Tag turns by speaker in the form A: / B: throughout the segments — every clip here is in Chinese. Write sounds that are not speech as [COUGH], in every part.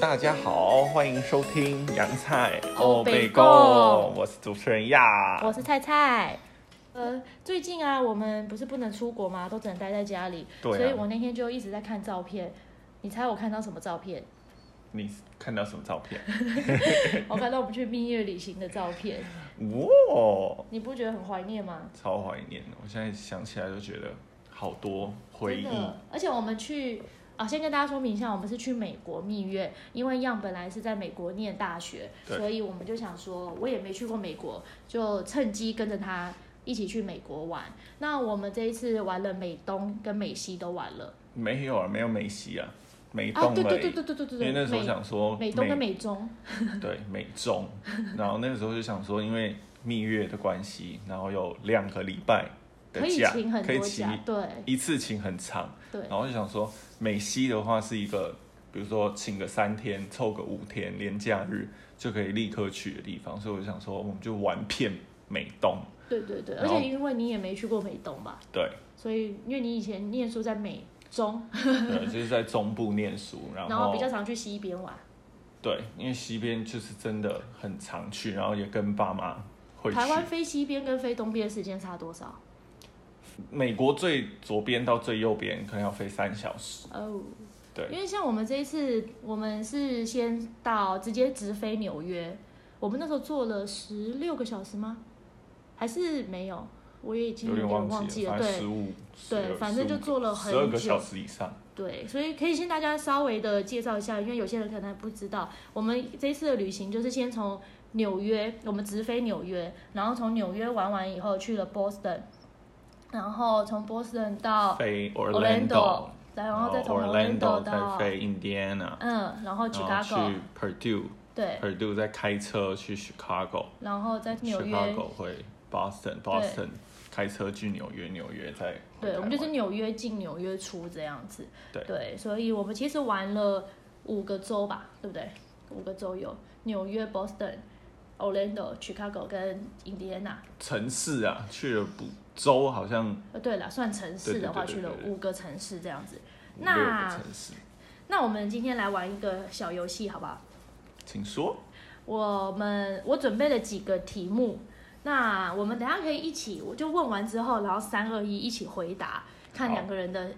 A: 大家好，欢迎收听《洋菜
B: 欧
A: 贝
B: 贝
A: 贡
B: 贡》，
A: 我是主持人亚。
B: 我是菜菜。呃，最近啊，我们不是不能出国吗？都只能待在家里。
A: 对啊
B: 所以我那天就一直在看照片。你猜我看到什么
A: [LAUGHS]
B: 照片？
A: 你看到什么照片？
B: 我看到我们去蜜月旅行的照片。
A: 哇，
B: 你不觉得很怀念吗？
A: 超怀念的！我现在想起来就觉得好多回忆
B: 真。的。而且我们去啊，先跟大家说明一下，我们是去美国蜜月，因为样本来是在美国念大学，
A: 对
B: 所以我们就想说，我也没去过美国，就趁机跟着他一起去美国玩。那我们这一次玩了美东跟美西都玩了。
A: 没有啊，没有美西啊，美
B: 啊，
A: 东
B: 对
A: 而
B: 对
A: 已
B: 对。对对对对
A: 因为
B: 对，
A: 那时候
B: 美
A: 想说
B: 美东跟美中，
A: 对美
B: [LAUGHS]
A: 中，然后那个时候就想说，因为蜜月的关系，然后有两个礼拜的
B: 可以
A: 假
B: 请很，
A: 可以
B: 多假
A: 请，
B: 对
A: 一次请很长。
B: 对
A: 然后就想说，美西的话是一个，比如说请个三天，凑个五天连假日就可以立刻去的地方，所以我就想说，我们就玩遍美东。
B: 对对对，
A: 然
B: 而
A: 后
B: 且因为你也没去过美东吧， [LAUGHS]
A: 对，
B: 所以因为你以前念书在美中，
A: 对，就是在中部念书，然
B: 然后比较常去西边玩，
A: 对，因为西边就是真的很常去，然后也跟爸妈会去。
B: 台湾飞西边跟飞东边的时间差多少？
A: 美国最左边到最右边可能要飞三小时。
B: 哦，
A: 对，
B: 因为像我们这一次，我们是先到直接直飞纽约，我们那时候坐了十六个小时吗？还是没有？我也已经
A: 有点
B: 点
A: 忘
B: 记
A: 了，
B: 了，
A: 反正
B: 对
A: 十五，
B: 对，反正就坐了很
A: 十二
B: 久，
A: 个小时以上。
B: 对，所以可以先大家稍微的介绍一下，因为有些人可能还不知道，我们这次的旅行就是先从纽约，我们直飞纽约，然后从纽约玩完以后去了 Boston，然后从 Boston 到
A: 飞
B: Orlando，
A: Orlando，
B: 然后再从
A: 哦 Orlando 再
B: 到
A: 飞 Indiana，
B: 嗯，然后
A: 然后
B: Chicago
A: 去 Purdue，Purdue
B: 对，
A: 再开车去 Chicago，Chicago
B: 然后再纽约，
A: 回 Boston，Boston 开车去纽约，纽约再回
B: 对，我们
A: 台
B: 就是
A: 湾
B: 纽约进纽约出这样子，
A: 对
B: 所以我们其实玩了五个州吧，对不对？五个州有纽约、Boston、Orlando、Chicago 跟 Indiana。
A: 城市啊，去了不州好像
B: 呃，对了，算城市的话，
A: 对对对对
B: 去
A: 对
B: 了五个城市这样子。
A: 五六个
B: 那
A: 城市，
B: 那我们今天来玩一个小游戏，好不好？
A: 请说。
B: 我们我准备了几个题目，那我们等一下可以一起，我就问完之后，然后三二一一起回答，看
A: 好
B: 两个人的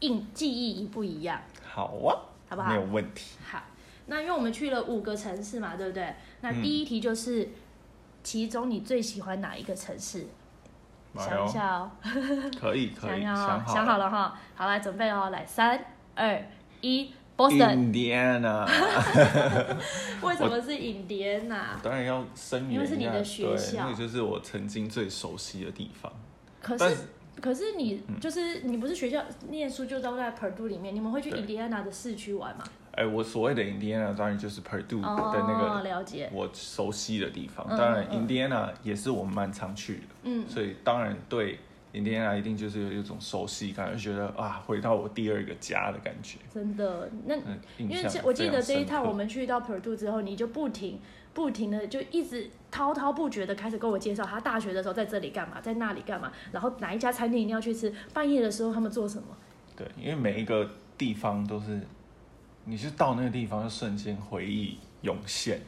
B: 印记忆一不一样，
A: 好啊，
B: 好不好
A: 没有问题。
B: 好，那因为我们去了五个城市嘛，对不对？那
A: 嗯
B: 第一题就是，其中你最喜欢哪一个城市？想一
A: 哎
B: 下哦，
A: 呦可以可
B: 想
A: 以，
B: 要哦
A: 好
B: 想好了哈，好来准备哦，来三二一，Boston，
A: Indiana，嗯
B: 为什么是印第安纳？
A: 当然要声
B: 因
A: 援
B: 为
A: 一下，
B: 是你的学
A: 对
B: 校
A: 那个就是我曾经最熟悉的地方。
B: 可
A: 但嗯
B: 是可是你就是你不是学校念书就都在 Purdue 里面，你们会去
A: 对
B: 印第安纳的市区玩吗？
A: 哎，我所谓的 Indiana 当然就是 Purdue 的嗯那
B: 哦，
A: 个
B: 了解，
A: 我熟悉的地方。
B: 嗯
A: 当然
B: 嗯
A: ，Indiana 也是我们蛮常去的，
B: 嗯，
A: 所以当然对 Indiana 一定就是有一种熟悉感，就觉得啊，回到我第二个家的感觉。
B: 真的。那
A: 嗯，
B: 因
A: 印
B: 为
A: 象
B: 这我记得这一趟我
A: 们
B: 们去到 Purdue 之后，你就不停不停的就一直滔滔不绝的开始跟我介绍他大学的时候在这里干嘛，在那里干嘛，然后哪一家餐厅一定要去吃，半夜的时候他们做什么。
A: 对，因为每一个地方都是，你就到那个地方就瞬间回忆涌现，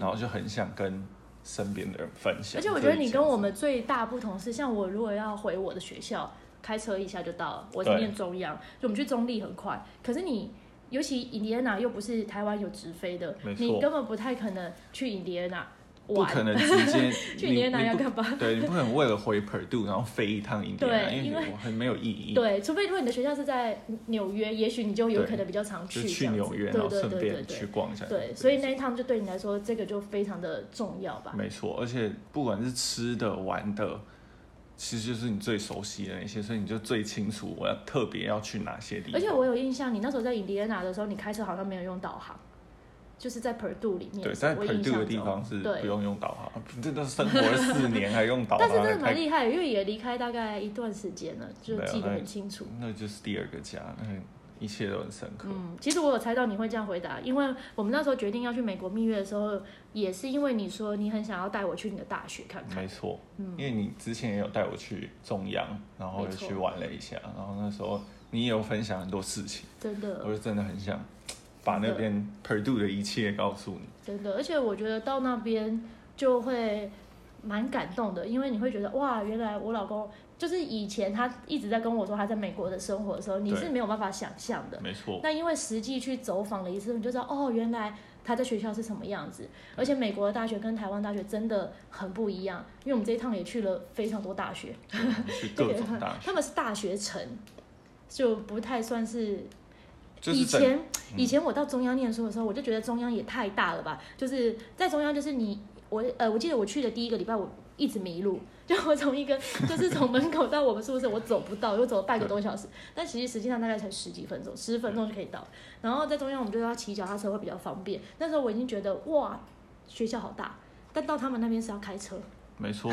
A: 然后就很想跟身边的人分享。
B: 嗯而且我觉得你跟我
A: 们
B: 们最大不同是，像我如果要回我的学校，开车一下就到了。我是
A: 对
B: 念中央，就我们去中立很快。可是你，尤其印第安纳又不是台湾有直飞的
A: 没，错
B: 你根本不太可能去印第安纳
A: 不可
B: 玩。
A: 能直接
B: [LAUGHS] 去
A: 你
B: Indiana
A: 你
B: 要
A: 不
B: 干 [LAUGHS] 嘛
A: 对你不可能为了回 Purdue 然后飞一趟印第安纳，
B: 对
A: 因为
B: 因
A: 我很没有意义。
B: 对，除非如果你的学校是在纽约，也许你就有
A: 对
B: 可能比较常
A: 就
B: 去这
A: 去
B: 样子
A: 纽约，然
B: 对
A: 后
B: 对
A: 顺
B: 对对
A: 便
B: 对
A: 去逛一下。
B: 对，所以那一趟就对你来说，这个就非常的重要吧。
A: 没错，而且不管是吃的、玩的，其实就是你最熟悉的那些，所以你就最清楚我要特别要去哪些地方。
B: 而且我有印象，你那时候在印第安纳的时候，你开车好像没有用导航，就是在 Purdue 里面。
A: 对，在
B: 我印
A: Purdue
B: 象
A: 的地
B: 中
A: 方是
B: 对
A: 不用用导航，这都生活了四年还用导航，
B: [LAUGHS] 但是真的
A: 那太
B: 蛮厉害的，因为也离开大概一段时间了，就
A: 没有
B: 记得
A: 那
B: 很清楚。
A: 那就是第二个家，那一切都很深刻。
B: 嗯，其实我有猜到你会这样回答，因为我们那时候决定要去美国蜜月的时候，也是因为你说你很想要带我去你的大学看嗯看。
A: 没错，因为你之前也有带我去中央，然后
B: 没
A: 又
B: 错嗯
A: 去玩了一下，然后那时候你也有分享很多事情，
B: 真
A: 我
B: 的，
A: 就真的很想把那边 Purdue 的一切告诉你。
B: 真的，而且我觉得到那边就会蛮感动的，因为你会觉得哇，原来我老公就是以前他一直在跟我说他在美国的生活的时候，你
A: 对哦
B: 是没有办法想象的。
A: 没
B: [LAUGHS]
A: 错，
B: 那因为实际去走访了一次，你就知道哦，原来他在学校是什么样子。而且美国的大学跟台湾大学真的很不一样，因为我们这一趟也去了非常多大学，
A: 对我们去各种大学，
B: 他们是大学城，就不太算是
A: 就
B: 以
A: 是整
B: 前、
A: 嗯
B: 以前我到中央念书的时候，我就觉得中央也太大了吧，就是在中央就是你我呃，我记得我去的第一个礼拜我。一直迷路，就我从一个就是从门口到我们宿舍，我走不到，又走了半个多小时。但其实实际上大概才十几分钟，十分钟就可以到。然后在中央我们就要骑脚踏车会比较方便。那时候我已经觉得哇，学校好大，但到他们那边是要开车，
A: 没错，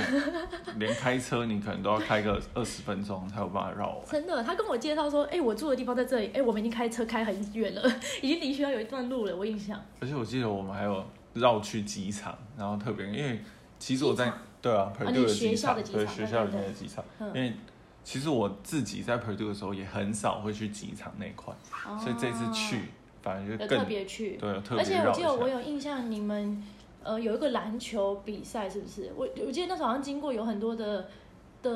A: 连开车你可能都要开个二十分钟才有办法绕完。
B: 真的，他跟我介绍说，哎、我住的地方在这里，哎、我们已经开车开很远了，已经离学校有一段路了，我印象。
A: 而且我记得我们还有绕去机场，然后特别因为其实我在
B: 机场哦
A: 对啊
B: 你
A: ，Purdue 的
B: 学
A: 机
B: 校
A: 场，
B: 的机
A: 对
B: 场
A: 学
B: 对
A: 校
B: 对
A: 里面
B: 对
A: 的机场，
B: 嗯
A: 因为其实我自己在 Purdue 的时候也很少会去机场那一块，所以这次去反而就
B: 哦有
A: 更
B: 特别去，
A: 对有特别
B: 而且我
A: 绕
B: 记得我
A: 一下。
B: 有印象，你们呃有一个篮球比赛是不是？我我记得那时候好像经过有很多的的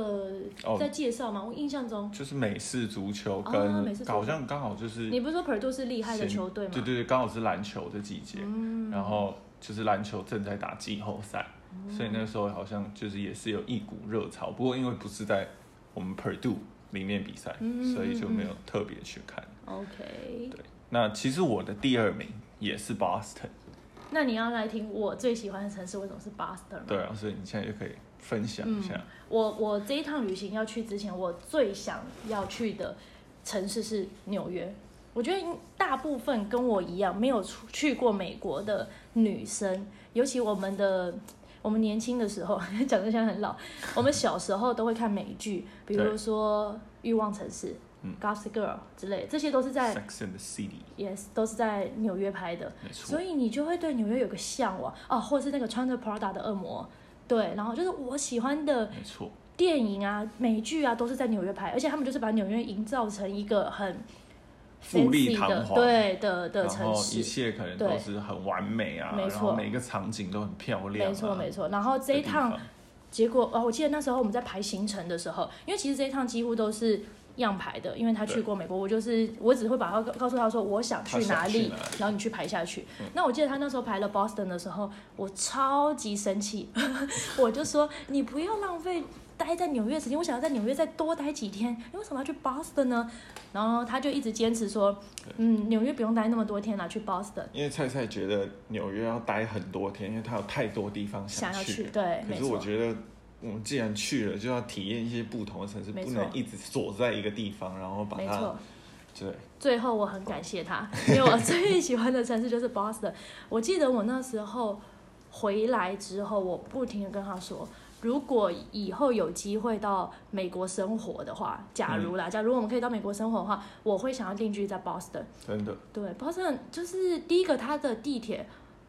A: 哦
B: 在介绍嘛，我印象中
A: 就是美式足球
B: 啊
A: 跟
B: 美式足球
A: 好像刚好就是
B: 你不是说 Purdue 是厉害的
A: 先
B: 球队吗？
A: 对对对，刚好是篮球的季节，
B: 嗯，
A: 然后就是篮球正在打季后赛，所以那时候好像就是也是有一股热潮。不过因为不是在我们 Purdue 里面比赛，
B: 嗯
A: 所以就没有特别去看。
B: OK，
A: 对，那其实我的第二名也是 Boston，
B: 那你要来听我最喜欢的城市为什么是 Boston 吗？
A: 对啊，所以你现在就可以分享一下。
B: 我我这一趟旅行要去之前，我最想要去的城市是纽约。我觉得大部分跟我一样没有出去过美国的女生，尤其我们的我们年轻的时候， [LAUGHS] 讲的像很老，我们小时候都会看美剧，比如
A: 对
B: 说《欲望城市》
A: 嗯、
B: 《Gossip Girl》之类，这些都是在
A: Sex and the City，
B: yes 都是在纽约拍的。
A: 没错
B: 所，以你就会对纽约有个向往哦，或者是那个穿着 Prada 的恶魔，对，然后就是我喜欢的
A: 没错，
B: 电影啊、美剧啊都是在纽约拍，而且他们就是把纽约营造成一个很
A: 富丽
B: fancy
A: 堂
B: 的
A: 皇
B: 对的的
A: 然
B: 城
A: 后一
B: 市。
A: 切可能
B: 对
A: 都是很完美啊，
B: 没
A: 然
B: 错
A: 后每个场景都很漂亮、啊，
B: 没错没错，然后这一
A: 的地
B: 趟
A: 方
B: 结果哦，我记得那时候我们在排行程的时候，因为其实这一趟几乎都是样排的，因为他去过美国，我就是我只会把他告告诉他说我想去
A: 他
B: 哪里，
A: 想去哪里嗯
B: 然后你去排下去。那我记得他那时候排了 Boston 的时候，我超级生气， [LAUGHS] 我就说你不要浪费。待在纽约的时间，我想要在纽约再多待几天，你为什么要去 Boston 呢？然后他就一直坚持说，嗯，纽约不用待那么多天啦，去 Boston
A: 因为菜菜觉得纽约要待很多天，因为它有太多地方
B: 想要
A: 去。
B: 去，对，
A: 可
B: 没
A: 是我
B: 错，
A: 觉得，我们既然去了，就要体验一些不同的城市，
B: 没
A: 不
B: 错
A: 能一直锁在一个地方，然后把
B: 没
A: 它
B: 错。
A: 对
B: 最后我很感谢他， [LAUGHS] 因为我最喜欢的城市就是 Boston。我记得我那时候回来之后，我不停的跟他说，如果以后有机会到美国生活的话，假如
A: 嗯
B: 啦，假如我们可以到美国生活的话，我会想要定居在 Boston。
A: 真的
B: 对，Boston 就是第一个，它的地铁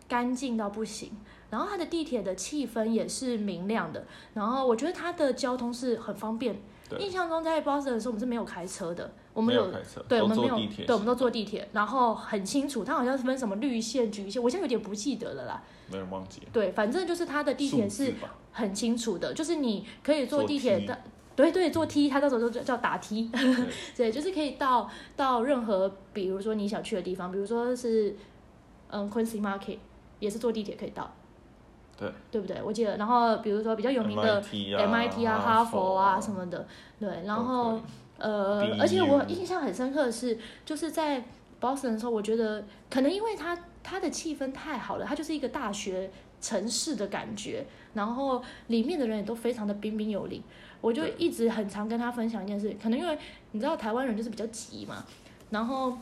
B: 干净到不行，然后它的地铁的气氛也是明亮的，然后我觉得它的交通是很方便。
A: 对
B: 印象中在 Boston 的时候，我们是没有开车的，我们
A: 没
B: 有
A: 开车，
B: 对，我
A: 都
B: 们没
A: 坐
B: 有
A: 地铁，
B: 对，我们都坐地铁，然后很清楚，它好像是分什么绿线、橘线，我现在有点不记得了啦。
A: 没人忘记了。
B: 对，反正就是它的地
A: 数
B: 铁
A: 字
B: 是
A: 吧
B: 很清楚的，就是你可以坐
A: 坐
B: 地铁
A: T
B: 的，对对，坐 T，它到时候就叫打 T，
A: 对
B: [LAUGHS] 对，就是可以到到任何，比如说你想去的地方，比如说是嗯 Quincy Market，也是坐地铁可以到，
A: 对，
B: 对不对？我记得，然后比如说比较有名的
A: MIT 啊、
B: MIT 啊、哈佛啊什
A: 么，
B: 么的，对，
A: 都
B: 然后
A: 可。以
B: 呃
A: BU，
B: 而且我印象很深刻的是，就是在 Boston 的时候，我觉得可能因为它它的气氛太好了，它就是一个大学城市的感觉，然后里面的人也都非常的彬彬有礼。我就
A: 对
B: 一直很常跟他分享一件事，可能因为你知道台湾人就是比较急嘛，然后。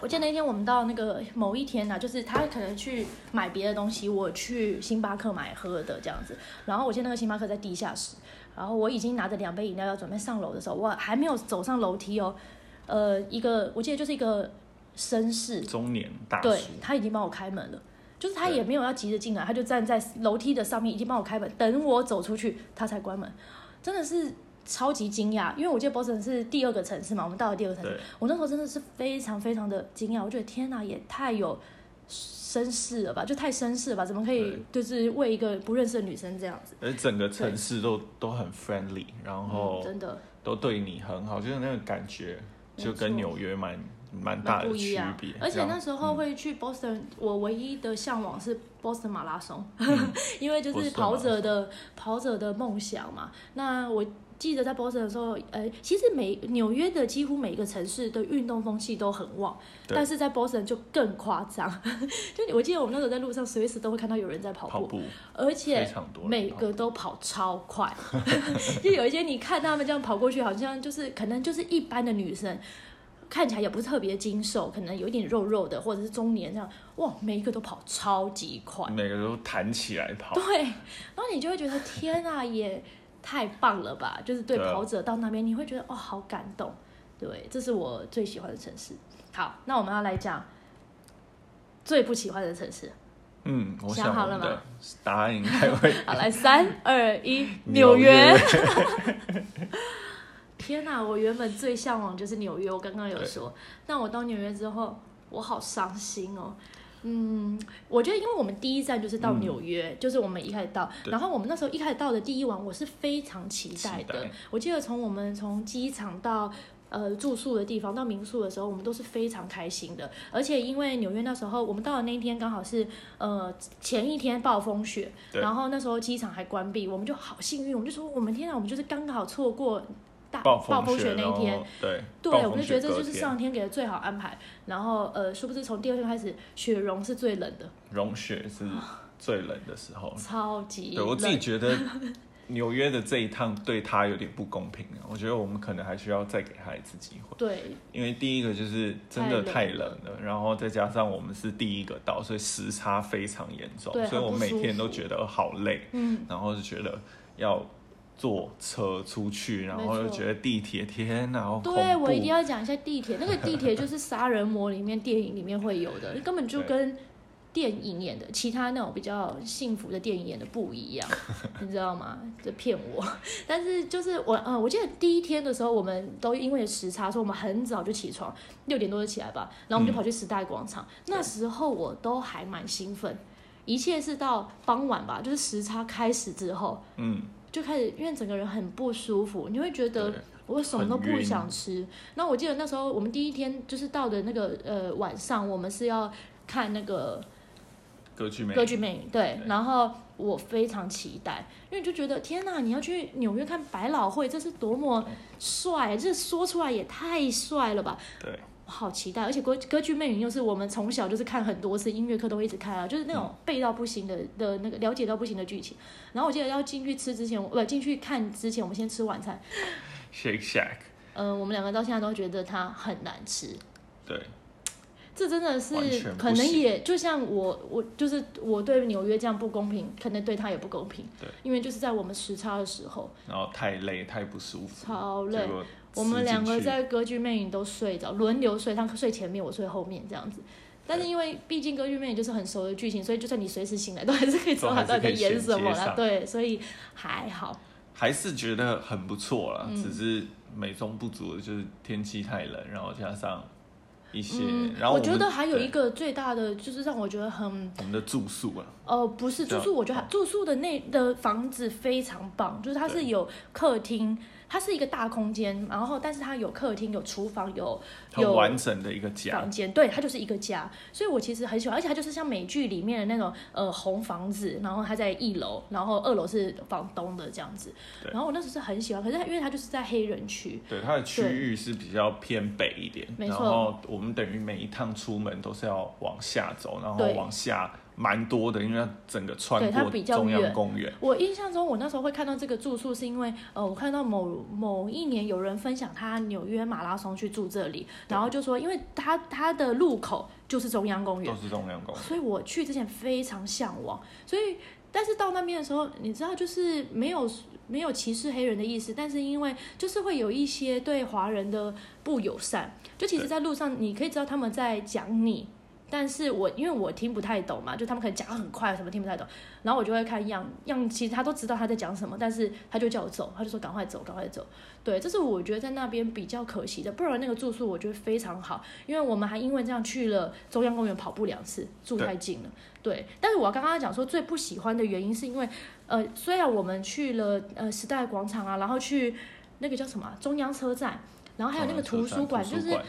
B: 我记得那天我们到那个某一天呐、啊就是他可能去买别的东西，我去星巴克买喝的这样子。然后我记得那个星巴克在地下室，然后我已经拿着两杯饮料要准备上楼的时候，我还没有走上楼梯哦，呃，一个我记得就是一个绅士，
A: 中年大叔
B: 对，他已经帮我开门了，就是他
A: 对
B: 也没有要急着进来，他就站在楼梯的上面已经帮我开门，等我走出去他才关门，真的是超级惊讶，因为我记得 Boston 是第二个城市嘛，我们到了第二个城市
A: 对，
B: 我那时候真的是非常非常的惊讶，我觉得天哪，也太有绅士了吧，就太绅士了吧，怎么可以就是为一个不认识的女生这样子？
A: 而整个城市都都很 friendly，然
B: 嗯
A: 后
B: 真的
A: 都对你很好，就是那个感觉
B: 没
A: 就跟
B: 错
A: 纽约蛮蛮大
B: 蛮
A: 的
B: 不一
A: 区
B: 样
A: 别。，
B: 而
A: 这
B: 且
A: 样嗯
B: 那时候会去 Boston，我唯一的向往是 Boston 马拉松，因为就是
A: 嗯 Boston
B: 跑者的跑者的梦想嘛。那我记得在 Boston 的时候，呃，其实每纽约的几乎每一个城市的运动风气都很旺，
A: 对
B: 但是在 Boston 就更夸张。 [LAUGHS] 就你我记得我们那时候在路上随时都会看到有人在跑
A: 跑
B: 步，
A: 步
B: 而且
A: 非常多人
B: 每
A: 跑
B: 个都跑超快， [LAUGHS] 就有一些你看他们这样跑过去，好像就是可能就是一般的女生，看起来也不是特别精瘦，可能有一点肉肉的，或者是中年这样，哇，每一个都跑超级快，
A: 每个都弹起来跑，
B: 对，然后你就会觉得天啊，也太棒了吧！就是对
A: 对啊
B: 跑者到那边，你会觉得哦，好感动，对，这是我最喜欢的城市。好，那我们要来讲最不喜欢的城市，
A: 嗯，我
B: 想
A: 想
B: 好
A: 我
B: 了
A: 们
B: 吗
A: 的答案应该会
B: [LAUGHS] 好，
A: [LAUGHS]
B: 来三二一，
A: 纽
B: 纽
A: 约
B: 约。 [LAUGHS] 天哪、我原本最向往就是纽约，我刚刚有
A: 对
B: 说，但我到纽约之后，我好伤心哦。嗯，我觉得因为我们第一站就是到
A: 嗯
B: 纽约，就是我们一开始到，
A: 对
B: 然后我们那时候一开始到的第一晚，我是非常期待
A: 期
B: 的。
A: 待
B: 我记得从我们从机场到呃住宿的地方到民宿的时候，我们都是非常开心的。而且因为纽约那时候我们到的那一天刚好是呃前一天暴风雪，
A: 对
B: 然后那时候机场还关闭，我们就好幸运，我们就说我们天啊，我们就是刚好错过大
A: 暴
B: 风
A: 雪
B: 那一天
A: 然。后对
B: 对，
A: 暴
B: 我们
A: 风
B: 就觉
A: 雪
B: 得这
A: 隔
B: 就是
A: 天
B: 上天给的最好安排。然后，呃，殊不知从第二天开始，雪融是最冷的，
A: 融雪是最冷的时
B: [LAUGHS]
A: 候。
B: 超
A: 哦对
B: 级冷。
A: 我自己觉得纽约的这一趟对他有点不公平啊，我觉得我们可能还需要再给他一次机会，
B: 对
A: 因为第一个就是真的
B: 太
A: 太
B: 冷
A: 冷了，然后再加上我们是第一个到，所以时差非常严重
B: 对，
A: 所以
B: 很
A: 我
B: 不
A: 每
B: 舒
A: 天都
B: 服
A: 觉得好累，
B: 嗯，
A: 然后就觉得要。坐车出去，然后
B: 没
A: 又
B: 错
A: 觉得地铁天哪，好恐
B: 对我一
A: 怖
B: 定要讲一下地铁，那个地铁就是杀人魔里面电影里面会有
A: [LAUGHS]
B: 的，根本就
A: 对
B: 跟电影演的其他那种比较幸福的电影演的不
A: [LAUGHS]
B: 一样，你知道吗？这骗我。 [LAUGHS] 但是就是我，呃，我记得第一天的时候，我们都因为时差，所以我们很早就起床，六点多就起来吧，然后我们就跑去时代广场。
A: 嗯
B: 那时候我都还蛮兴奋，一切是到傍晚吧，就是时差开始之后，
A: 嗯，
B: 就开始，因为整个人很不舒服，你会觉得
A: 对
B: 我什么都
A: 很
B: 不
A: 晕
B: 想吃。那我记得那时候我们第一天就是到的那个呃晚上，我们是要看那个
A: 歌剧魅
B: 歌
A: 影
B: 剧魅影，对，然后我非常期待，因为就觉得天呐，你要去纽约看百老汇，这是多么
A: 嗯
B: 帅，这说出来也太帅了吧！
A: 对，
B: 我好期待，而且歌歌剧魅影又是我们从小就是看很多次，音乐课都会一直看啊，就是那种
A: 嗯
B: 背到不行的的那个了解到不行的剧情。然后我记得要进去吃之前，我不进去看之前，我们先吃晚餐。
A: Shake Shack，
B: 嗯、我们两个到现在都觉得它很难吃，
A: 对，
B: 这真的是
A: 完全不
B: 可能
A: 行
B: 也就像我我就是我对纽约这样不公平，可能对他也不公平。
A: 对，
B: 因为就是在我们时差的时候，
A: 然后太累太不舒服，
B: 超累
A: 结果
B: 我
A: 吃进
B: 们两个
A: 去
B: 在歌剧魅影都睡着，轮流睡，他睡前面，我睡后面这样子。但是因为毕竟歌剧魅影就是很熟的剧情，所以就算你随时醒来，都还是可以知道他到底在演什么
A: 都还是可以衔接
B: 啦。
A: 上
B: 对，所以还好。
A: 还是觉得很不错啦，
B: 嗯
A: 只是美中不足的就是天气太冷，然后加上一些，
B: 嗯，
A: 然后
B: 我
A: 们
B: 觉得还有
A: 对
B: 一个最大的就是让我觉得很
A: 我们的住宿啊，
B: 呃，不是
A: 这
B: 住
A: 样哦
B: 宿，我觉得还住宿的那的房子非常棒，就是它是
A: 对
B: 有客厅，它是一个大空间，然后但是它有客厅、有厨房、有
A: 很
B: 有
A: 完整的一个家
B: 房，间，对，它就是一个家，所以我其实很喜欢，而且它就是像美剧里面的那种呃红房子，然后它在一楼，然后二楼是房东的这样子，
A: 对
B: 然后我那时候是很喜欢，可是它因为它就是在黑人区，
A: 对，它的区
B: 对
A: 域是比较偏北一点，
B: 没
A: 然
B: 错
A: 后我们等于每一趟出门都是要往下走，然后
B: 对
A: 往下蛮多的，因为它整个穿
B: 对它
A: 过
B: 比较
A: 中央
B: 远
A: 公园，
B: 我印象中，我那时候会看到这个住宿，是因为呃，我看到某某一年有人分享他纽约马拉松去住这里，然后就说，因为他他的路口就是中央公
A: 都
B: 园，
A: 是中央公园，
B: 所以我去之前非常向往，所以但是到那边的时候，你知道，就是没有没有歧视黑人的意思，但是因为就是会有一些对华人的不友善，就其实，
A: 对
B: 在路上你可以知道他们在讲你。但是我因为我听不太懂嘛，就他们可能讲得很快，什么听不太懂，然后我就会看样样，其实他都知道他在讲什么，但是他就叫我走，他就说赶快走，赶快走。对，这是我觉得在那边比较可惜的，不然那个住宿我觉得非常好，因为我们还因为这样去了中央公园跑步两次，住太近了。对，但是我刚刚讲说最不喜欢的原因是因为，呃，虽然我们去了呃时代广场啊，然后去那个叫什么啊中央车站，然后还有那个
A: 中
B: 图
A: 央车站
B: 书馆，
A: 图
B: 就
A: 书
B: 是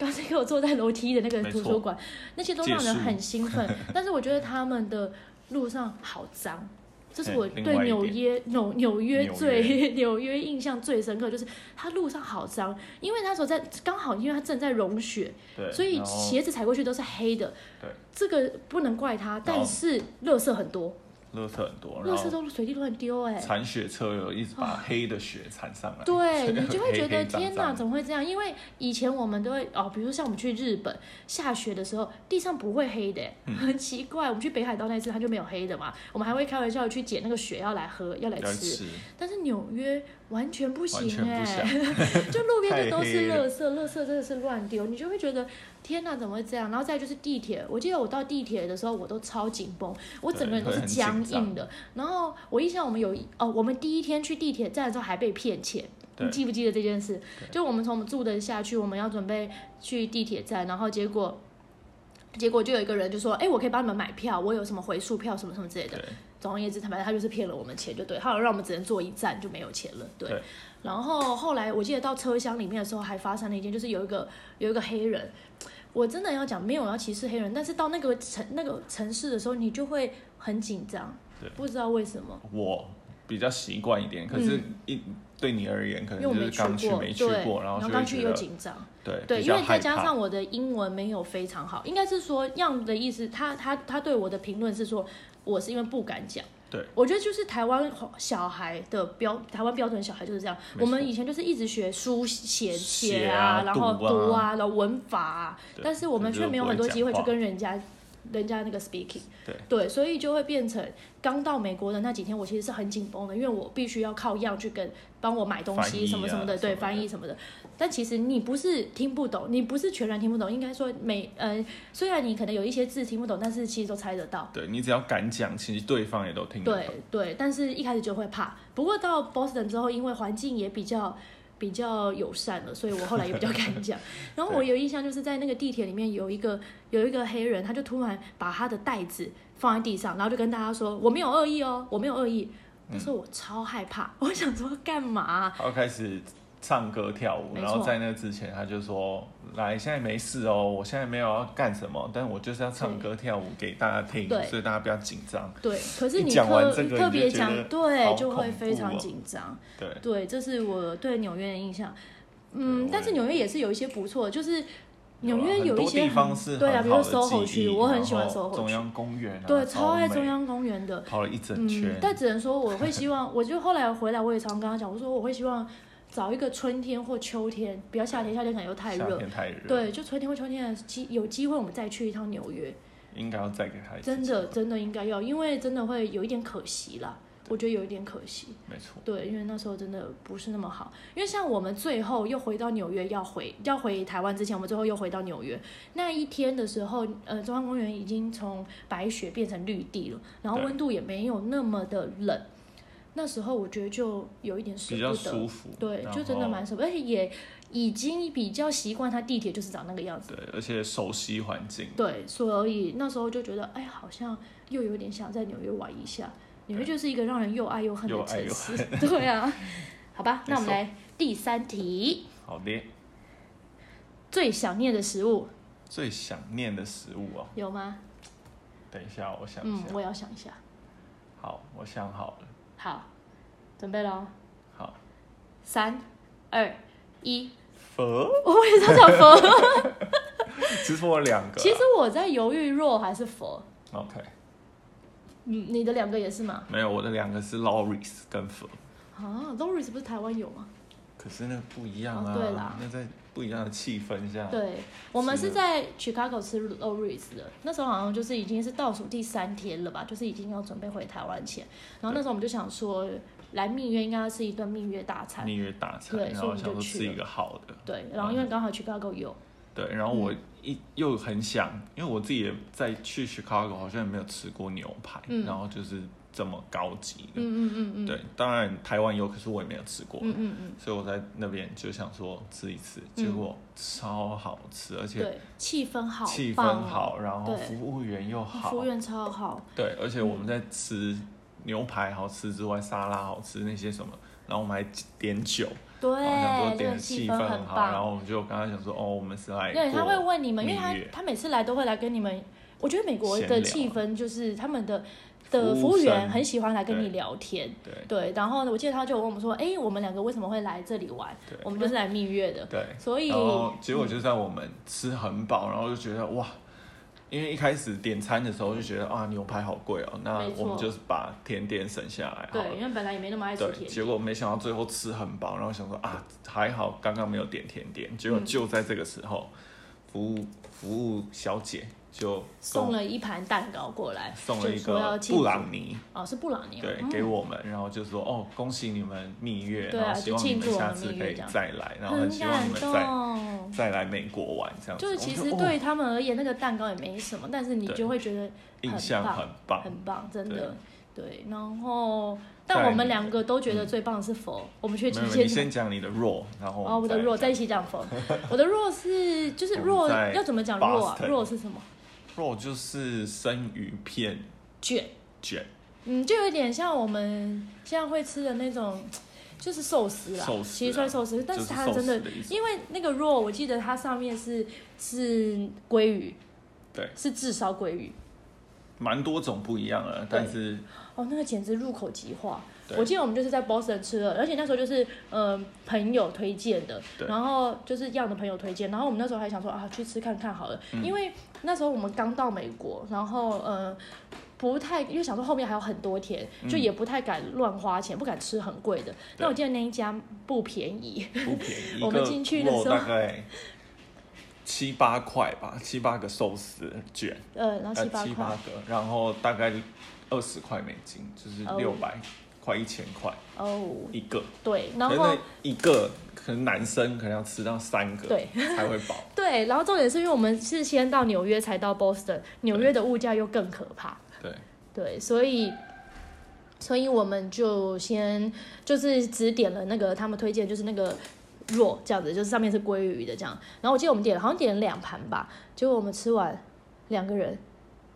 B: 刚才给我坐在楼梯的那个
A: 没
B: 图
A: 错
B: 书馆，那些都让人
A: 借书
B: 很兴奋。
A: [LAUGHS]
B: 但是我觉得他们的路上好脏，这是
A: 嘿
B: 我
A: 另
B: 对
A: 外一
B: 纽
A: 点
B: 约纽纽约
A: 纽
B: 最 [LAUGHS] 纽约印象最深刻，就是它路上好脏，因为那时候在刚好因为它正在融雪，
A: 对，
B: 所以
A: 然后
B: 鞋子踩过去都是黑的。
A: 对，
B: 这个不能怪他，但是垃圾很多，
A: 垃圾很多，
B: 垃
A: 然
B: 圾
A: 后
B: 都随地乱丢哎、
A: 铲雪车有一直把黑的雪铲上
B: 哦
A: 来，
B: 对你就会觉得
A: 黑黑脏
B: 天哪，
A: 脏
B: 怎么会这样？因为以前我们都会哦，比如像我们去日本下雪的时候，地上不会黑的欸，
A: 嗯
B: 很奇怪。我们去北海道那次它就没有黑的嘛，我们还会开玩笑去捡那个雪要来喝，要来
A: 要
B: 吃。
A: 吃，
B: 但是纽约完全不
A: 完
B: 行
A: 全
B: 哎、
A: 不想。
B: 就路边的
A: 太
B: 都
A: 黑
B: 是垃圾，垃圾真的是乱丢，你就会觉得天哪，怎么会这样？然后再就是地铁，我记得我到地铁的时候，我都超紧绷，我整个人都是
A: 对会很
B: 僵
A: 紧张
B: 硬的。然后我印象我们有一哦，我们第一天去地铁站的时候还被骗钱。你
A: 对
B: 记不记得这件事？
A: 对
B: 就我们从我们住的下去，我们要准备去地铁站，然后结果，结果就有一个人就说：“哎、我可以帮你们买票，我有什么回数票什么什么之类的。”
A: 对，
B: 总而言之，坦白讲他就是骗了我们钱，就对，他好像让我们只能坐一站就没有钱了，对。
A: 对
B: 然后后来我记得到车厢里面的时候，还发生了一件，就是有一个有一个黑人，我真的要讲没有要歧视黑人，但是到那个城那个城市的时候，你就会很紧张
A: 对，
B: 不知道为什么。
A: 我比较习惯一点，可是一、对你而言，可
B: 嗯因
A: 能
B: 为我
A: 就是刚去
B: 过，
A: 没去
B: 对，
A: 过，
B: 然
A: 后就
B: 刚
A: 会
B: 去
A: 觉
B: 又
A: 得
B: 紧张，
A: 对
B: 对，
A: 比
B: 因
A: 较
B: 为再
A: 害
B: 加
A: 怕
B: 上我的英文没有非常好，应该是说样的意思，他他他对我的评论是说，我是因为不敢讲。
A: 对，
B: 我觉得就是台湾小孩的标，台湾标准小孩就是这样。
A: 没错
B: 我们以前就是一直学书写
A: 写
B: 写
A: 啊
B: 然后
A: 读啊
B: 读啊，然后文法啊，
A: 对
B: 但是我们
A: 就
B: 却
A: 是
B: 没有
A: 不
B: 很
A: 会
B: 多
A: 讲
B: 机会去
A: 话
B: 跟人家人家那个 speaking。
A: 对
B: 对，所以就会变成刚到美国的那几天，我其实是很紧绷的，因为我必须要靠样去跟帮我买东
A: 翻
B: 西
A: 译
B: 什么什么的，
A: 啊
B: 对，
A: 什么的
B: 翻译什么的。但其实你不是听不懂，你不是全然听不懂，应该说每呃，虽然你可能有一些字听不懂，但是其实都猜得到。
A: 对你只要敢讲，其实对方也都听得懂。
B: 对对，但是一开始就会怕。不过到 Boston 之后，因为环境也比较比较友善了，所以我后来也比较
A: [LAUGHS]
B: 敢讲。然后我有印象就是在那个地铁里面有一个有一个黑人，他就突然把他的袋子放在地上，然后就跟大家说：“我没有恶意哦，我没有恶意。”
A: 嗯
B: 那时候我超害怕，我想说干嘛啊、
A: 他会开始唱歌跳舞，
B: 没错
A: 然后在那之前他就说：“来，现在没事哦，我现在没有要干什么，但我就是要唱歌跳舞给大家听
B: 对，
A: 所以大家不要紧张。
B: 对，可是
A: 一
B: 你
A: 讲完
B: 特
A: 这个
B: 特
A: 你就
B: 别
A: 觉
B: 讲
A: 得
B: 对，
A: 好
B: 就会
A: 恐
B: 非
A: 怖
B: 常
A: 哦
B: 紧张。”
A: 对，
B: 对，这是我对纽约的印象。嗯
A: 对，
B: 但是
A: 我也
B: 纽约也是有一些不错，就是纽
A: 有啊
B: 约
A: 很
B: 有一
A: 多
B: 些
A: 地方
B: 很
A: 是
B: 对啊，
A: 很
B: 比如说
A: 好的
B: SOHO
A: 记忆
B: 区，我很
A: 然
B: 喜欢
A: 后
B: SOHO
A: 中
B: 区，
A: 央公园啊，
B: 对，
A: 超
B: 超爱
A: 美
B: 中，央公园的。
A: 跑了一整圈
B: 嗯，，但只能说我会希望，我就后来回来我也常跟他讲，我说我会希望找一个春天或秋天，不要夏天，夏天可能又太
A: 夏
B: 热。
A: 天太热，，
B: 对，就春天或秋天的机有机会，我们再去一趟纽约，
A: 应该要再给他一次
B: 真
A: 机
B: 的
A: 会，
B: 真的应该要，因为真的会有一点可惜啦，我觉得有一点可惜。
A: 没错，
B: 对，因为那时候真的不是那么好。因为像我们最后又回到纽约，要回要回台湾之前，我们最后又回到纽约那一天的时候，呃，中央公园已经从白雪变成绿地了，然后
A: 对
B: 温度也没有那么的冷。那时候我觉得就有一点舍
A: 比较
B: 不得
A: 舒，服，
B: 对，
A: 然
B: 就真的
A: 后
B: 蛮舍不得，而且也已经比较习惯它地铁就是长那个样子。
A: 对，而且熟悉环境，
B: 对，所以那时候就觉得，哎，好像又有点想在纽约玩一下。纽约就是一个让人又爱又恨的
A: 又爱
B: 城
A: 又
B: 市， [LAUGHS] 对啊。好吧，那我们
A: 没错
B: 来第三题，
A: 好的。
B: 最想念的食物
A: 最想念的食物哦，
B: 有吗？
A: 等一下我想一
B: 嗯
A: 下，，
B: 我也要想一下。
A: 好，我想好了，
B: 好，准备喽，
A: 好，
B: 三、二、
A: [LAUGHS]
B: 一。
A: 佛，
B: 我也在想
A: [LAUGHS]
B: 佛，
A: 其实我有两个啊，
B: 其实我在犹豫肉还是佛。
A: OK，
B: 嗯，你的两个也是吗？
A: 没有，我的两个是 Loris 跟佛，
B: 啊，Loris 不是台湾有吗？
A: 可是那不一样啊，
B: 哦对啦
A: 那在不一样的气氛下，
B: 对，我们
A: 嗯是
B: 是在 Chicago 吃 Loris 的，那时候好像就是已经是倒数第三天了吧，就是已经要准备回台湾前，然后那时候我们就想说，来蜜月应该要吃一顿蜜月大餐，
A: 蜜月大餐
B: 对，
A: 然
B: 所以我
A: 后
B: 们
A: 想
B: 就
A: 说
B: 去
A: 吃
B: 了
A: 一个好的，
B: 对，然后因为刚好 Chicago 有，
A: 对，然后
B: 嗯
A: 我一又很想，因为我自己也在去 Chicago 好像也没有吃过牛排，
B: 嗯
A: 然后就是这么高级的，
B: 嗯嗯嗯嗯，
A: 对，当然台湾有，可是我也没有吃过，
B: 嗯嗯嗯，
A: 所以我在那边就想说吃一次，
B: 嗯
A: 结果超好吃，而且
B: 对，气氛好棒哦，
A: 气氛好，然后
B: 对
A: 服务员又好
B: 服，务员嗯超好，
A: 对，而且我们在吃牛排好吃之外，沙拉好吃那些什么，然后我们还点酒，然后想
B: 对，
A: 说
B: 这
A: 点
B: 个
A: 的
B: 气
A: 气
B: 氛
A: 氛
B: 很
A: 很好，然
B: 棒。
A: 后我们就刚刚想说，哦，我们是来
B: 对，他会
A: 过
B: 问你们，因为
A: 蜜
B: 他
A: 月
B: 他每次来都会来跟你们。我觉得美国
A: 闲
B: 的
A: 聊
B: 气氛就是他们的的
A: 服
B: 服
A: 务
B: 务员
A: 生
B: 很喜欢来跟
A: 对
B: 你聊天，
A: 对
B: 对。然后呢，我记得他就问我们说，哎，我们两个为什么会来这里玩？
A: 对
B: 我们就是来蜜月的，
A: 对，
B: 所以嗯
A: 然后结果就在我们吃很饱，然后就觉得哇，因为一开始点餐的时候就觉得啊牛排好贵哦，那
B: 没错
A: 我们就是把甜点省下来好
B: 对，
A: 了。
B: 因为本来也没那么爱吃
A: 对，
B: 甜，
A: 结果没想到最后吃很饱，然后想说啊还好刚刚没有点甜点，结
B: 嗯
A: 果就在这个时候，服务服务小姐就跟
B: 送
A: 我
B: 了一盘蛋糕过来，
A: 送了一
B: 就说要
A: 个
B: 庆
A: 布
B: 祝
A: 朗尼，
B: 哦，是布朗尼哦，
A: 对，
B: 嗯
A: 给我们，然后就说哦，恭喜你们蜜月，
B: 对啊
A: 然后希望你
B: 就庆
A: 们
B: 祝我
A: 下
B: 们
A: 次
B: 蜜
A: 可
B: 月
A: 以
B: 这样
A: 再来，然后很
B: 很
A: 希望你
B: 感
A: 们再
B: 动。
A: 再来美国玩这样子。
B: 就是
A: 我
B: 其实
A: 哦
B: 对他们而言，那个蛋糕也没什么，但是你
A: 对
B: 就会觉得
A: 印象很棒，
B: 很棒，真的。对，然后，但
A: 在
B: 我们
A: 你嗯
B: 两个都觉得最棒是佛，我们去
A: 没有
B: 极
A: 没有，
B: 限
A: 你。先讲你的 raw，然后
B: 哦，我的
A: 再
B: raw 在一起讲
A: [LAUGHS]
B: 佛，我的 raw 是就是
A: 我们
B: raw
A: 在
B: 要怎么讲 raw 啊
A: Boston
B: ？raw 是什么？
A: raw 就是生鱼片
B: 卷，
A: 卷
B: 嗯，就有点像我们现在会吃的那种，就是寿司啦，
A: 寿司啊
B: 其实算寿司，但
A: 就是是
B: 它
A: 寿
B: 真的
A: 司的意思
B: 因为那个 raw，我记得它上面是是鲑鱼，
A: 对，
B: 是炙烧鲑鱼，
A: 蛮多种不一样的，但是
B: 哦，那个简直入口即化。
A: 对
B: 我记得我们就是在 Boston 吃的，而且那时候就是嗯、呃朋友推荐的，
A: 对
B: 然后就是样的朋友推荐，然后我们那时候还想说啊去吃看看好了，
A: 嗯
B: 因为那时候我们刚到美国，然后呃不太因为想说后面还有很多天，
A: 嗯
B: 就也不太敢乱花钱，不敢吃很贵的。那我记得那一家不便宜，
A: 不便宜，
B: 我们进去的时候
A: 一个 raw 大概七八块吧，七八个寿司卷，
B: 呃，然后
A: 呃
B: 七八
A: 七
B: 块
A: 八，个，然后大概二十块美金，就是
B: 哦
A: 六百块一千块
B: 哦，
A: 一个，
B: 对，然
A: 可是
B: 后
A: 那一个可能男生可能要吃到三个，
B: 对，
A: 才会饱。
B: 对，然后重点是因为我们是先到纽约才到 Boston，纽约的物价又更可怕。
A: 对，
B: 对，所以，所以我们就先就是只点了那个他们推荐，就是那个肉这样子，就是上面是鲑鱼的这样。然后我记得我们点了好像点了两盘吧，结果我们吃完两个人。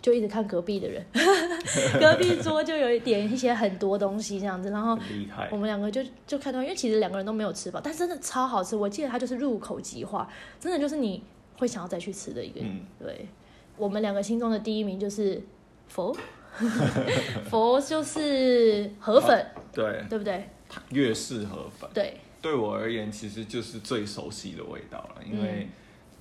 B: 就一直看隔壁的人， [LAUGHS] 隔壁桌就有一点一些很多东西这样子，然后
A: 很厉害
B: [LAUGHS] 我。们两个就就看到，因为其实两个人都没有吃饱，但真的超好吃。我记得它就是入口即化，真的就是你会想要再去吃的一个。
A: 嗯，
B: 对，我们两个心中的第一名就是
A: [LAUGHS]
B: 佛，佛就是河粉，
A: 对，
B: 对不对？
A: 越式河粉
B: 对，
A: 对我而言其实就是最熟悉的味道了，因
B: 嗯
A: 为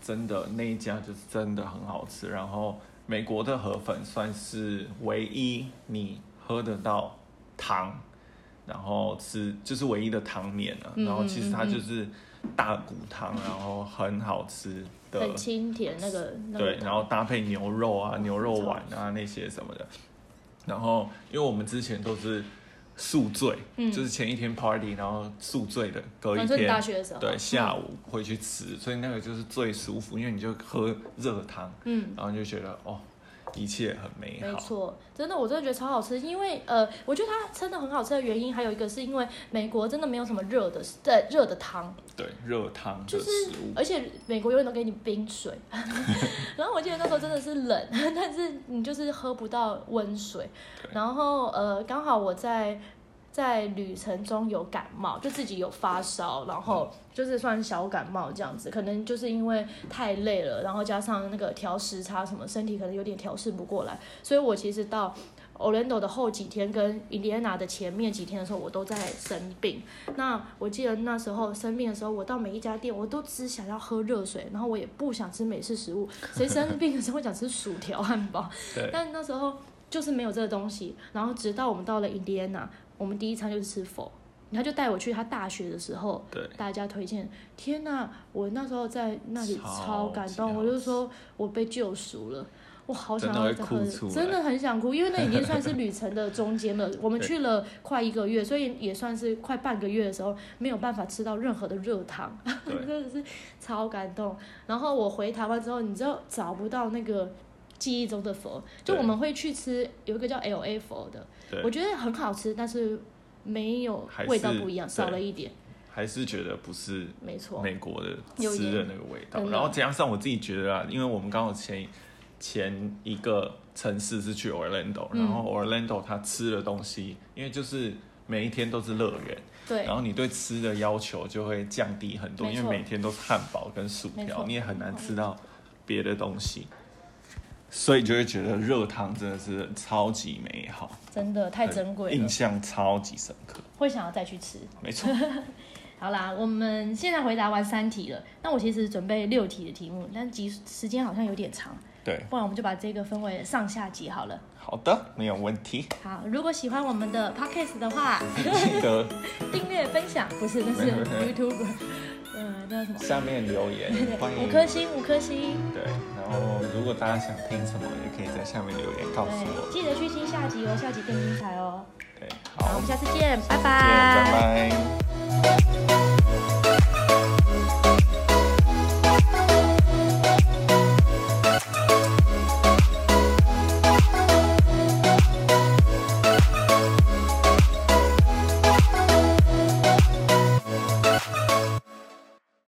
A: 真的那一家就是真的很好吃。然后美国的河粉算是唯一你喝得到汤，然后吃就是唯一的汤面了、
B: 嗯
A: 然后其实它就是大骨汤，然后很好吃的
B: 很清甜那个那个
A: 对，然后搭配牛肉啊、牛肉
B: 超
A: 丸啊那些什么的。然后，因为我们之前都是宿醉，
B: 嗯
A: 就是前一天 party，然后宿醉的，隔一
B: 反正你
A: 天
B: 大学的时候，
A: 对
B: 嗯
A: 下午回去吃，所以那个就是最舒服，因为你就喝热汤，
B: 嗯。
A: 然后你就觉得哦，一切很美
B: 没
A: 好。
B: 错，真的，我真的觉得超好吃，因为呃，我觉得它真的很好吃的原因，还有一个是因为美国真的没有什么热的，呃，热的汤，
A: 对，热汤
B: 就
A: 的
B: 是
A: 食物，
B: 而且美国永远都给你冰水， [LAUGHS] 然后我记得那时候真的是冷， [LAUGHS] 但是你就是喝不到温水。
A: 对
B: 然后呃，刚好我在在旅程中有感冒，就自己有发烧，然后就是算小感冒这样子，可能就是因为太累了，然后加上那个调时差什么，身体可能有点调试不过来，所以我其实到。Orlando 的后几天跟 Indiana 的前面几天的时候，我都在生病。那我记得那时候生病的时候，我到每一家店，我都只想要喝热水，然后我也不想吃美式食物。谁生病的时候会想吃薯条、汉堡？
A: 对，
B: 但那时候就是没有这个东西。然后直到我们到了印第安纳，我们第一餐就是吃否，他就带我去他大学的时候，
A: 对，
B: 大家推荐。天呐，我那时候在那里
A: 超
B: 超感
A: 级
B: 动，
A: 好
B: 我就说我被救赎了。我好想
A: 真的会
B: 要再
A: 哭
B: 喝一
A: 出
B: 次，
A: 来
B: 真的很想哭，因为那已经
A: [LAUGHS]
B: 算是旅程的中间了。我们
A: 对
B: 去了快一个月，所以也算是快半个月的时候，没有办法吃到任何的热汤，
A: 对
B: [LAUGHS] 真的是超感动。然后我回台湾之后，你知道找不到那个记忆中的佛，就
A: 对
B: 我们会去吃有一个叫 L A 佛的，我
A: 对，
B: 觉得很好吃，但是没有
A: 还
B: 味道
A: 是
B: 不一样，
A: 对
B: 少了一点，
A: 还是觉得不是
B: 没错。
A: 美国的
B: 有一
A: 吃的
B: 点
A: 那个味道
B: 真。的
A: 然后加上我自己觉得啊，因为我们刚好前前一个城市是去 Orlando，、
B: 嗯
A: 然后 Orlando 它吃的东西，因为就是每一天都是乐园，
B: 对
A: 然，后你对吃的要求就会降低很多，
B: 没错
A: 因为每天都是汉堡跟薯
B: 没
A: 条
B: 错，
A: 你也很难吃到别的东西。所以就会觉得热汤真的是超级美好，
B: 真的太珍贵了
A: 印，象超级深刻。
B: 会想要再去吃。
A: 没
B: [LAUGHS]
A: 错，
B: 好啦，我们现在回答完三题了，那我其实准备六题的题目，但集时间好像有点长，
A: 对，
B: 不然我们就把这个分为上下集好了。
A: 好的，没有问题。
B: 好，如果喜欢我们的 podcast 的话，
A: 记得
B: 订阅、分享，不是，
A: [LAUGHS]
B: 那是
A: 没有没
B: YouTube，嗯，那叫什么？
A: 下面留
B: [LAUGHS]
A: 言，欢迎
B: 五颗。星，五颗星。
A: 对，然后如果大家想听什么，也可以在下面留言告诉
B: 对，
A: 我。
B: 记得去听下集哦，下集更精彩哦。
A: 对，
B: 好，
A: 好
B: 我们，下次见，拜
A: 见，拜
B: 拜
A: 拜。